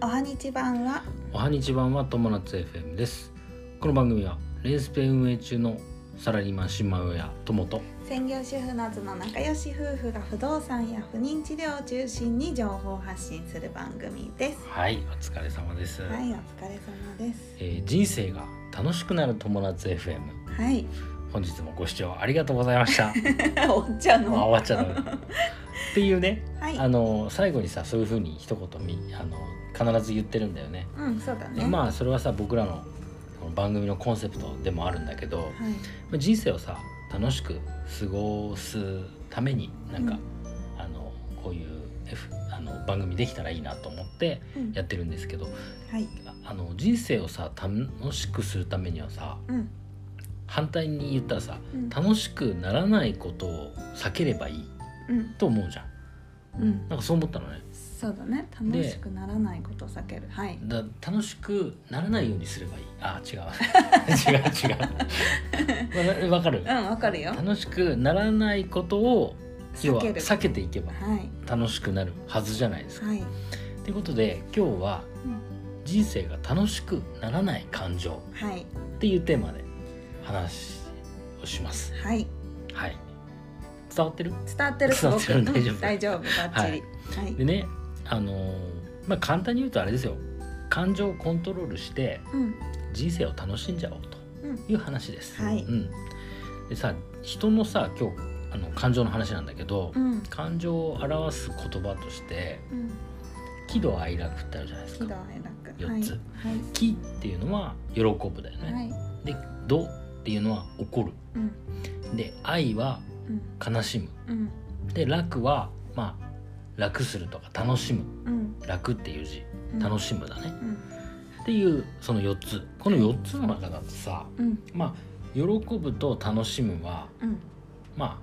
はにちばんはおはにちばんは友達 FM ですこの番組はレースペ運営中のサラリーマン島上や友と専業主婦などの仲良し夫婦が不動産や不妊治療を中心に情報発信する番組ですはいお疲れ様です、はいお疲れ様ですえー人生が楽しくなる友達 FM はい 本日もご視聴ありがとうございましたあ終わっちゃうの終わっちゃったっていうねはいあの最後にさそういう風に一言みあの必ず言ってるんだよねうんそうだでねまあそれはさ僕らのこの番組のコンセプトでもあるんだけど、はいまあ人生をさ楽しく過ごすためになんか、あのこういう、F、あの番組できたらいいなと思ってうんやってるんですけどはいああの人生をさ楽しくするためにはさうん反対に言ったらさうん楽しくならないことを避ければいいうんと思うじゃん。うんなんかそう思ったのねそうだね楽しくならないことを避けるはいだ楽しくならないようにすればいいあ 違う違う違うわわかうるんわかるよ楽しくならないことを要は避ける避けていけばはい楽しくなるはずじゃないですか。はいということで今日は人生が楽しくならない感情はいっていうテーマで話をします。はいはい。伝わってる？伝わってるすごく伝わってるうん大大丈丈夫バッチリはいでね、あのーまあ簡単に言うとあれですよ。感情をコントロールしてうん人生を楽しんじゃおうとうんいう話です。はいうん。でさ、人のさ今日あの感情の話なんだけど、うん感情を表す言葉としてうん喜怒哀楽ってあるじゃないです喜怒か。哀楽四つはい喜っていうのは喜ぶだよはい、ね。はい、で怒っていうのは怒るうんで愛はうん悲しむうんで楽はまあ楽するとか楽しむうん楽っていう字うん楽しむだね、うんっていうその4つこの4つの中だとさうんまあ喜ぶと楽しむはうんまあ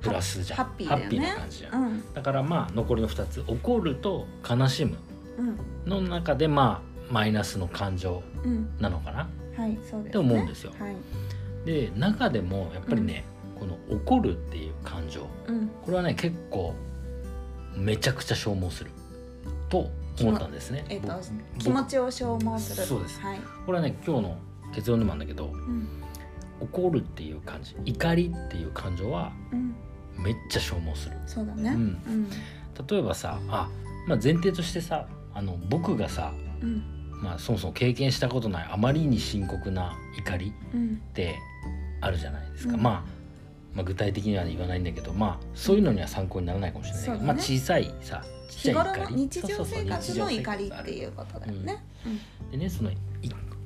プラスじゃんハッピーだよねな感じじゃん、うんだからまあ残りの2つ怒ると悲しむうんの中でまあマイナスの感情うんなのかなはいそうです、ね、って思うんですよはいで中でもやっぱりね、この怒るっていう感情うんこれはね結構めちゃくちゃ消耗すると思ったんですね。えっ、僕と僕気持ちを消耗するそうですはいこれはね今日の結論でもあるんだけどうん怒るっていう感じ怒りっていう感情はうんめっちゃ消耗する。そうだねうんうん例えばさあ、まあ、前提としてさあの僕がさ、うんまあ、そもそも経験したことないあまりに深刻な怒りうんってあるじゃないですか、うんまあまあ具体的には言わないんだけどまあそういうのには参考にならないかもしれないけど、そうだねまあ小さいさちっち日ゃい頃怒のり日そ常うそうそう生活の日怒常り生活っていうことだよねでねそのい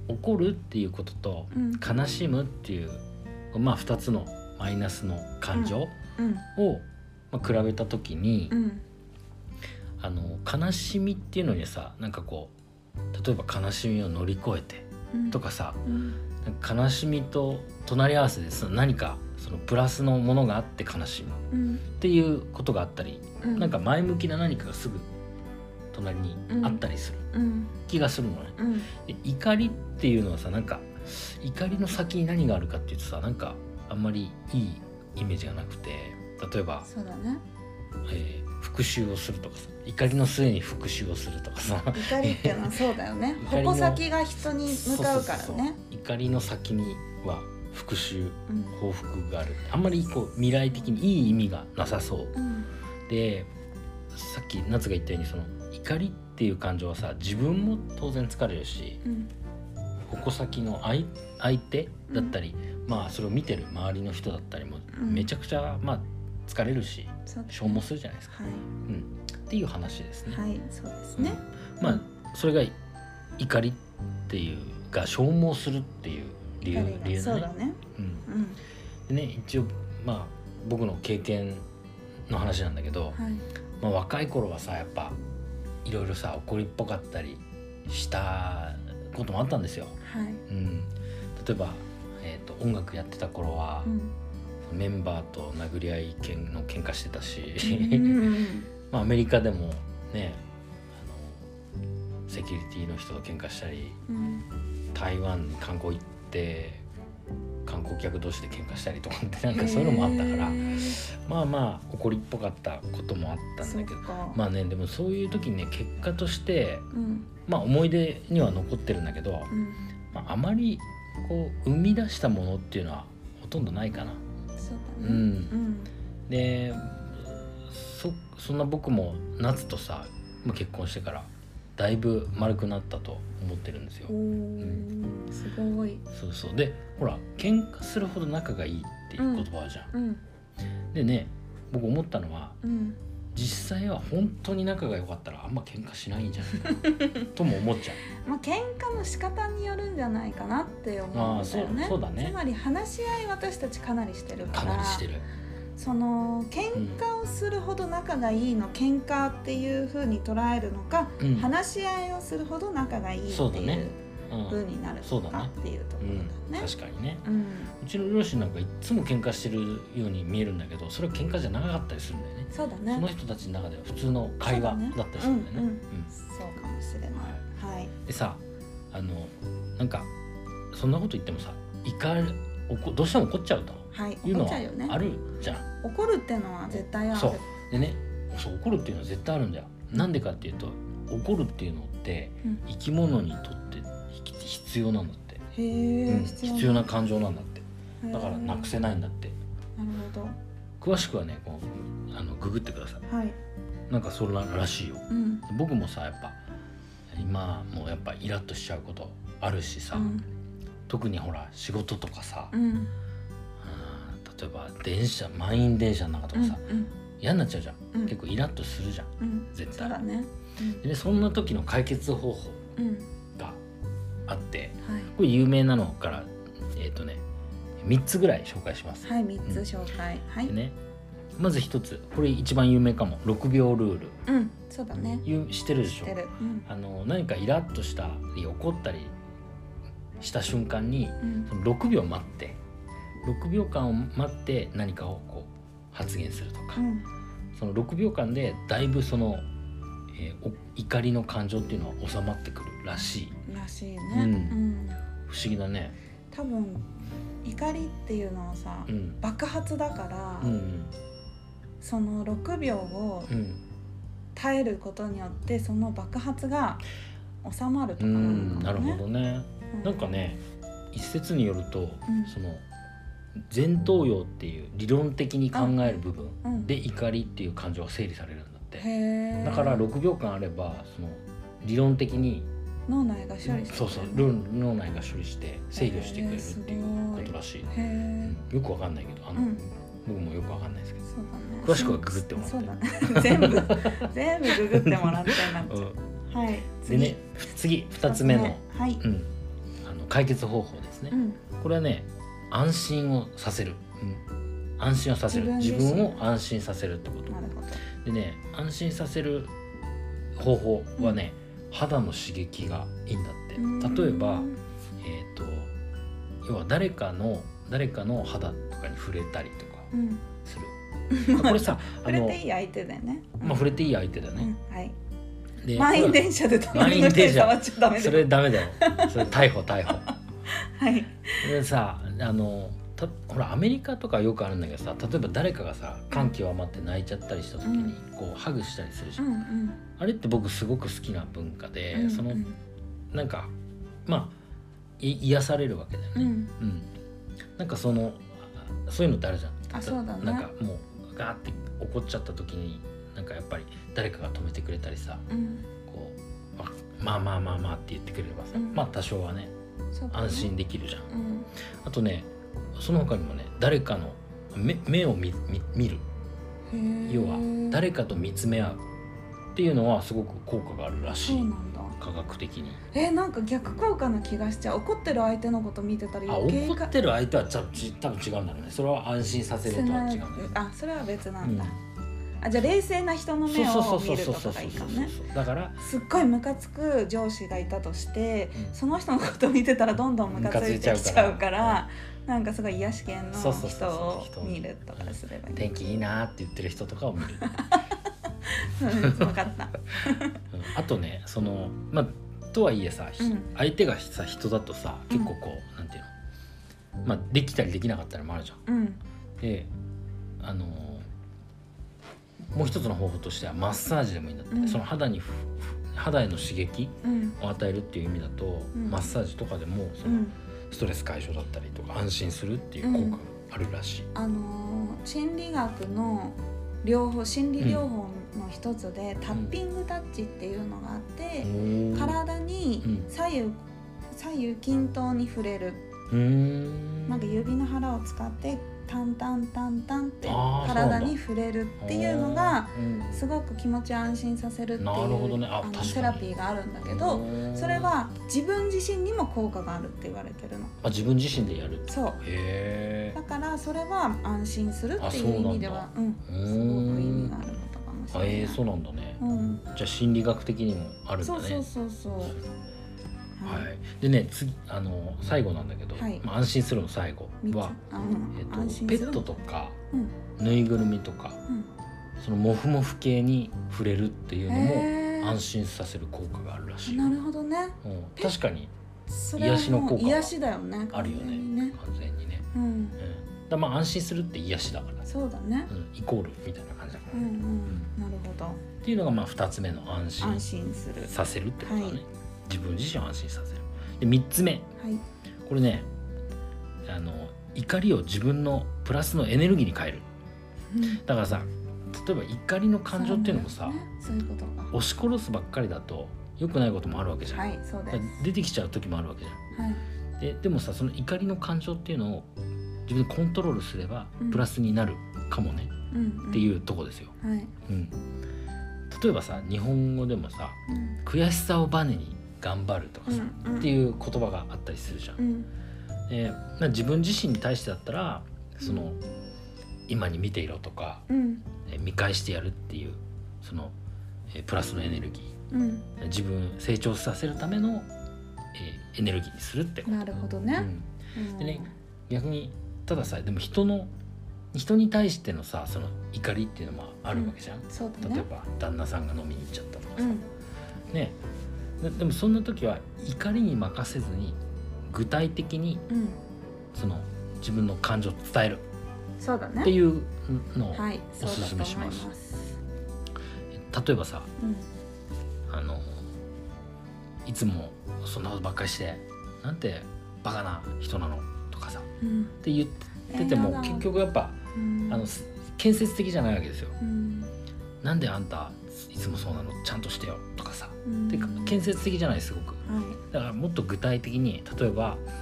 怒るっていうこととうん悲しむっていう、まあ2つのマイナスの感情を、うんまあ、比べた時に、うんあの悲しみっていうのにさなんかこう例えば悲しみを乗り越えてうんとかさうんなんか悲しみと隣り合わせでその何かそのプラスのものがあって悲しむっうんていうことがあったり、うなんか前向きな何かがすぐ隣にあったりするうん気がするのね。うんで怒りっていうのはさなんか怒りの先に何があるかっていうとさなんかあんまりいいイメージがなくて例えば、そうだねえー復讐をするとかさ怒りの末に復讐をするとかさ怒りってのはそうだよね 怒りの矛先が人に向かうからそうそうそうね怒りの先には復讐うん報復があるあんまりこう未来的にいい意味がなさそううんでさっき夏が言ったようにその怒りっていう感情はさ自分も当然疲れるしうん矛先の相相手だったり、まあそれを見てる周りの人だったりもうんめちゃくちゃ、まあ疲れるしそうだね消耗するじゃないですか、はうん、っていう話ですね。いはいそうですねうんまあそれが怒りっていうが消耗するっていう理由怒理り由がそうだねだねうんうんでね一応まあ僕の経験の話なんだけど、はいまあ、若い頃はさやっぱいろいろさ怒りっぽかったりしたこともあったんですよ。はいうん、例えば、えー、と音楽やってた頃はう、んメンバーと殴り合いけんの喧嘩してたうんうし、ん まあ、アメリカでもねあのセキュリティの人と喧嘩したりうん台湾に観光行って観光客同士で喧嘩したりとかって なんかそういうのもあったから、へーまあまあ怒りっぽかったこともあったんだけどそっかまあねでもそういう時にね結果としてうんまあ思い出には残ってるんだけど、うん、まあ、あまりこう生み出したものっていうのはほとんどないかな。そううだね。ん、うん、でそそんな僕も夏とさまあ結婚してからだいぶ丸くなったと思ってるんですよお。お、すごい。そうそうでほら喧嘩するほど仲がいいっていう言葉あるじゃん。うん、でね僕思ったのはうん、実際は本当に仲が良かったらあんま喧嘩しないんじゃないかなとも思っちゃ う。まあ、喧嘩の仕方によるんじゃないかなって思うんだよあね。ーそうそうだねつまり話し合い私たちかなりしてるか。からなりしてる。その喧嘩をするほど仲がいいの喧嘩っていう風に捉えるのか、うん話し合いをするほど仲がいいってそうだいねううん風になるそうのだかねっていうとこうろん、だね。確かにねうん、うちの両親なんかいっつも喧嘩してるように見えるんだけどそれは喧嘩じゃなかったりするんだよねそうだそのね。人たちの中では普通の会話だったりするんだよそうだねうんねうんうんそうかもしれない。はい。でさあのなんかそんなこと言ってもさ怒る怒どうしても怒っちゃうとはい。いうの怒っはちゃうよねあ。るじゃん、怒るってのは絶対ある。そうでねそう怒るっていうのは絶対あるんだよなんでかっていうと怒るっていうのってうん生き物にとって必要なんだって、へえ、うん必要な感情なんだってへーだからなくせないんだってなるほ詳しくはねこうあのググってくださどはいいなんかそれらしいようん僕もさやっぱ今もうやっぱイラッとしちゃうことあるしさ、うん特にほら仕事とかさ、うんあー例えば電車満員電車の中とかさ、うん嫌になっちゃうじゃん、うん結構イラッとするじゃんうん絶そう対だねでねそんな時の解決方法うんうんがあってはこれ有名なのからえっ、とね3つぐらい紹介します、いはい三つ紹介はいでねまず1つこれ一番有名かも6秒ルールうんそうだね言うしてるでしょしてるうんあの何かイラッとしたり怒ったりした瞬間にうんその6秒待って6秒間を待って何かをこう発言するとか、うんその6秒間でだいぶその、えーお怒りの感情っていうのは収まってくるらしいらしいねううんん不思議だね多分怒りっていうのはさうん爆発だからうんその6秒をうんうん耐えることによってその爆発が収まるとうかなのんかなるもねほどねうなんかね一説によると、んその前頭葉っていう理論的に考える部分うんで怒りっていう感情が整理されるんだってへえだから6秒間あればその理論的に脳内が処理してくれるそうそうル脳内が処理して制御してくれるっていうことらしい、へえうんよくわかんないけどあの、うん僕もよくわかんないですけど、そうだね。詳しくはググってもらってそうだね。全部全部ググってもらってなっちゃう。はい。で次ね次2つ目の,、はい。うん、あの解決方法ですね、うん。これはね安心をさせる、うん安心をさせる自自分分自身を安心させるってことなるほど。でね安心させる方法はね、肌の刺激がいいんだって例えば、えー、と要は誰かの誰かの肌とかに触れたりとかうん。する、まあこれさあ触れのていい相手だよね。まあ、触れていい相手だうんね、はい。で満員電車で隣の人に触っちゃダメだよ。それダメだよそれ逮捕逮捕はい。でさあのたほらアメリカとかよくあるんだけどさ例えば誰かがさ感極まって泣いちゃったりした時に、こうハグしたりするじうゃん、んうん。あれって僕すごく好きな文化で、うんそのうんなんかまあい癒されるわけだよね、うん。うん、なんかそのあそういうのってあるじゃんあそうだねなんかもうガーって怒っちゃった時になんかやっぱり誰かが止めてくれたりさうん。こうあまあまあまあまあって言ってくれればさ、うんまあ多少はねそうだね安。心できるじゃんうん。あとねその他にもね誰かの目目を見見見るへえ要は誰かと見つめ合うっていうのはすごく効果があるらしそうないんだ。科学的にえなんか逆効果な気がしちゃう。怒ってる相手のこと見てたらあ余計怒かってる相手はちゃち多分違うんだろうねそれは安心させるとは違うんだよねあそれは別なんだ、うんあじゃあ冷静な人の目を見るとかがいいかもねだからすっごいムカつく上司がいたとして、うんその人のことを見てたらどんどんムカついてきちゃうからなんかすごい癒し系のそうそう人そをう人を見るとかすればいい天気いいなって言ってる人とかを見る、うん分か った うんあとねそのまあとはいえさ、ひうん相手がさ人だとさ結構こう、なんていうのまあできたりできなかったりもあるじゃんうんであのーもう一つの方法としてはマッサージでもいいんだって、うんその肌にふふ肌への刺激うんを与えるっていう意味だと、うんマッサージとかでもそうのんストレス解消だったりとか安心するっていう効果があるらしい。あのー心理学の療法心理療法の一つで、タッピングタッチっていうのがあって、おー体にうん左右左右均等に触れる、うーんなんか指の腹を使ってタンタンタンタンってあー体に触れるっていうのが、うんすごく気持ちを安心させるっていうなるほどねのあ確かにセラピーがあるんだけど、それは自分自身にも効果があるって言われてるの。あ自分自身でやるそうへだからそれは安心するっていう意味ではうんえすごく意味があることかもしれあない。えー、そうなんだね、うんじゃあ心理学的にもあるんだそねうそうそうそう。はい、でね次あの最後なんだけど、はいまあ、安心するの最後三つは、あうんえっと安心ペすッるトとか、うんぬいぐるみとかうんそのモフモフ系に触れるっていうのもへー安心させる効果があるらしいよ、なるほどね。うん、確かにそれは癒しの効も果うが癒しだよね。あるよ完全にね完全にね、うんうん、だからまあ安心するって癒しだから、そうだねう。ん、イコールみたいな感じだかうら、んうねんなるほどっていうのがまあ2つ目の安心安心する。させるってことだね、はい自分自身を安心させるで3つ目はい。これねあの怒りを自分のプラスのエネルギーに変えるうんだからさ例えば怒りの感情っていうのもさ、そうだねそういうことか。押し殺すばっかりだと良くないこともあるわけじゃん、はいそうですだから。出てきちゃう時もあるわけじゃはい。んででもさその怒りの感情っていうのを自分でコントロールすればうんプラスになるかもね、うんっていううとこですよ、ん。はい。うん、例えばさ日本語でもさうん悔しさをバネに頑張るとかさ、うんっていう言葉があったりするじゃんう。んでまあ自分自身に対してだったらその今に見ていろとかうんえ見返してやるっていうそのえプラスのエネルギうん。ー自分を成長させるためのえエネルギーにするってこと。なるほどねうんうんでね逆にたださでも人の人に対してのさその怒りっていうのもあるわけじゃん。そうだ例えね。ば旦那さんが飲みに行っちゃったとかうさ、んねででもそんな時は怒りに任せずに具体的にうん。その自分の感情を伝えるそうだってね。いうのを、はい。おすすめしますそうだと思いす。例えばさうんあのいつもそんなことばっかりしてなんてバカな人なのとかさっうんて言ってても、えーやだ結局やっぱうん。あのす建設的じゃないわけですよ。うん。なんであんたいつもそうなのちゃんとしてよとかさうん。で建設的じゃないすごくはい。だからもっと具体的に例えば、えー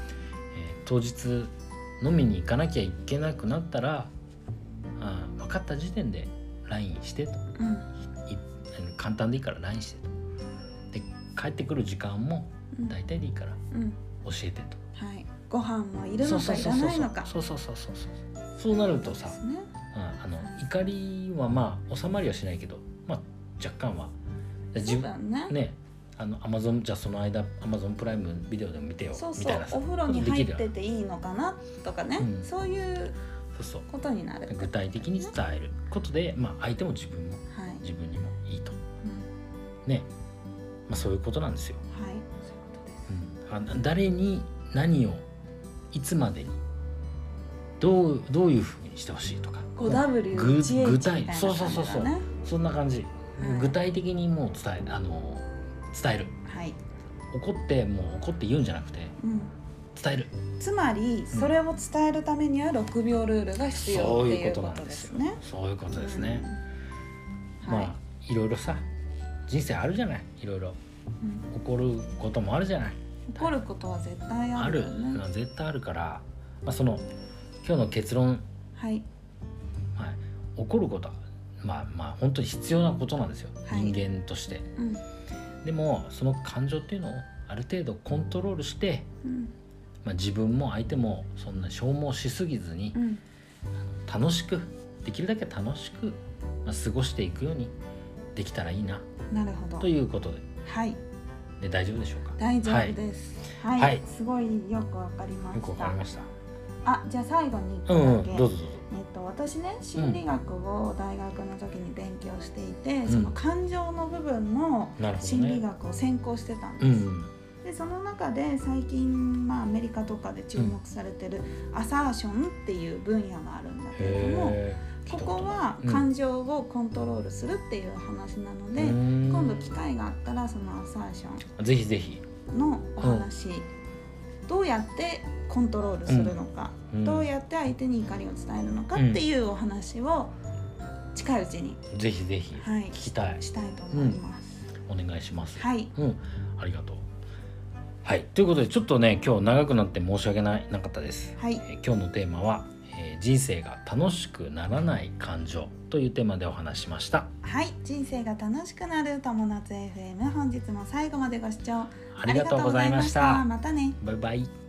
当日飲みに行かなきゃいけなくなったらあー分かった時点で LINE してとうん。いあの簡単でいいから LINE してとで帰ってくる時間もうん大体でいいからうん。教えてとはい。ご飯もいるそのうそかういそうらそうないのか。そうそうそうそうそうそうなるとさで、すね。うん、あの怒りはまあ収まりはしないけど、まあ、若干はで自そう分だね。ねあのアマゾンじゃあその間アマゾンプライムビデオでも見てよそうみそたいうな。さお風呂にことで入きっるよてていいのかなとかねう。んそういうそうことになそうる。具体的に伝えることで、まあ、相手も自分もはい。自分にもいいとうんね、まあ、そういうことなんですよ。はい。そういうことです。あ誰に何をいつまでにどうどういうふうにしてほしいとか五 W ぐ G H 具みた体いなそうそうそうそう感じだねそんな感じ、うん具体的にもう伝えあの伝えるはい。怒ってもう怒って言うんじゃなくてうん。伝えるつまりそれを伝えるためには6秒ルールが必要っそうていいううことこなんとでですすよね。そういうことですね、うん。まはあ、い。い、ろいろさ人生あるじゃないいろいろうん怒ることもあるじゃない怒ることは絶対ああるるよね。うん絶対あるから、まあ、その今日の結論はい。はい、怒ることはまあまあ本当に必要なことなんですよ、はい人間としてうん。でもその感情っていうのをある程度コントロールして、うん。まあ、自分も相手もそんな消耗しすぎずにうん。楽しくできるだけ楽しく、まあ、過ごしていくようにできたらいいななるほどと。いうことではい。で大丈夫でしょうか大丈はい夫です。はい。はいすごいよくわかりまよくわしかたり。ましたあ、じゃあ最後に一個うん、うだけ。ん、どうぞどうぞえっと、私ね心理学を大学の時に勉強していて、んその感情の部分のなるほど心理ね学を専攻してたんです。うんうんでその中で最近、まあ、アメリカとかで注目されてるアサーションっていう分野があるんだけれどもへここは感情をコントロールするっていう話なので、今今度機会があったらそのアサーショぜひぜひ、ンのお話、どうやってコントロールするのか、うんどうやって相手に怒りを伝えるのかっていうお話を近いうちに、ぜひぜひはい聞きたい、したいと思います。お願いします、はい、うんありがとうはいということでちょっとね今日長くなって申し訳ないなかったですはい、えー今日のテーマは、えー人生が楽しくならない感情というテーマでお話ししましたはい、人生が楽しくなる友達 FM 本日も最後までご視聴ありがとうございましたまたね。バイバイ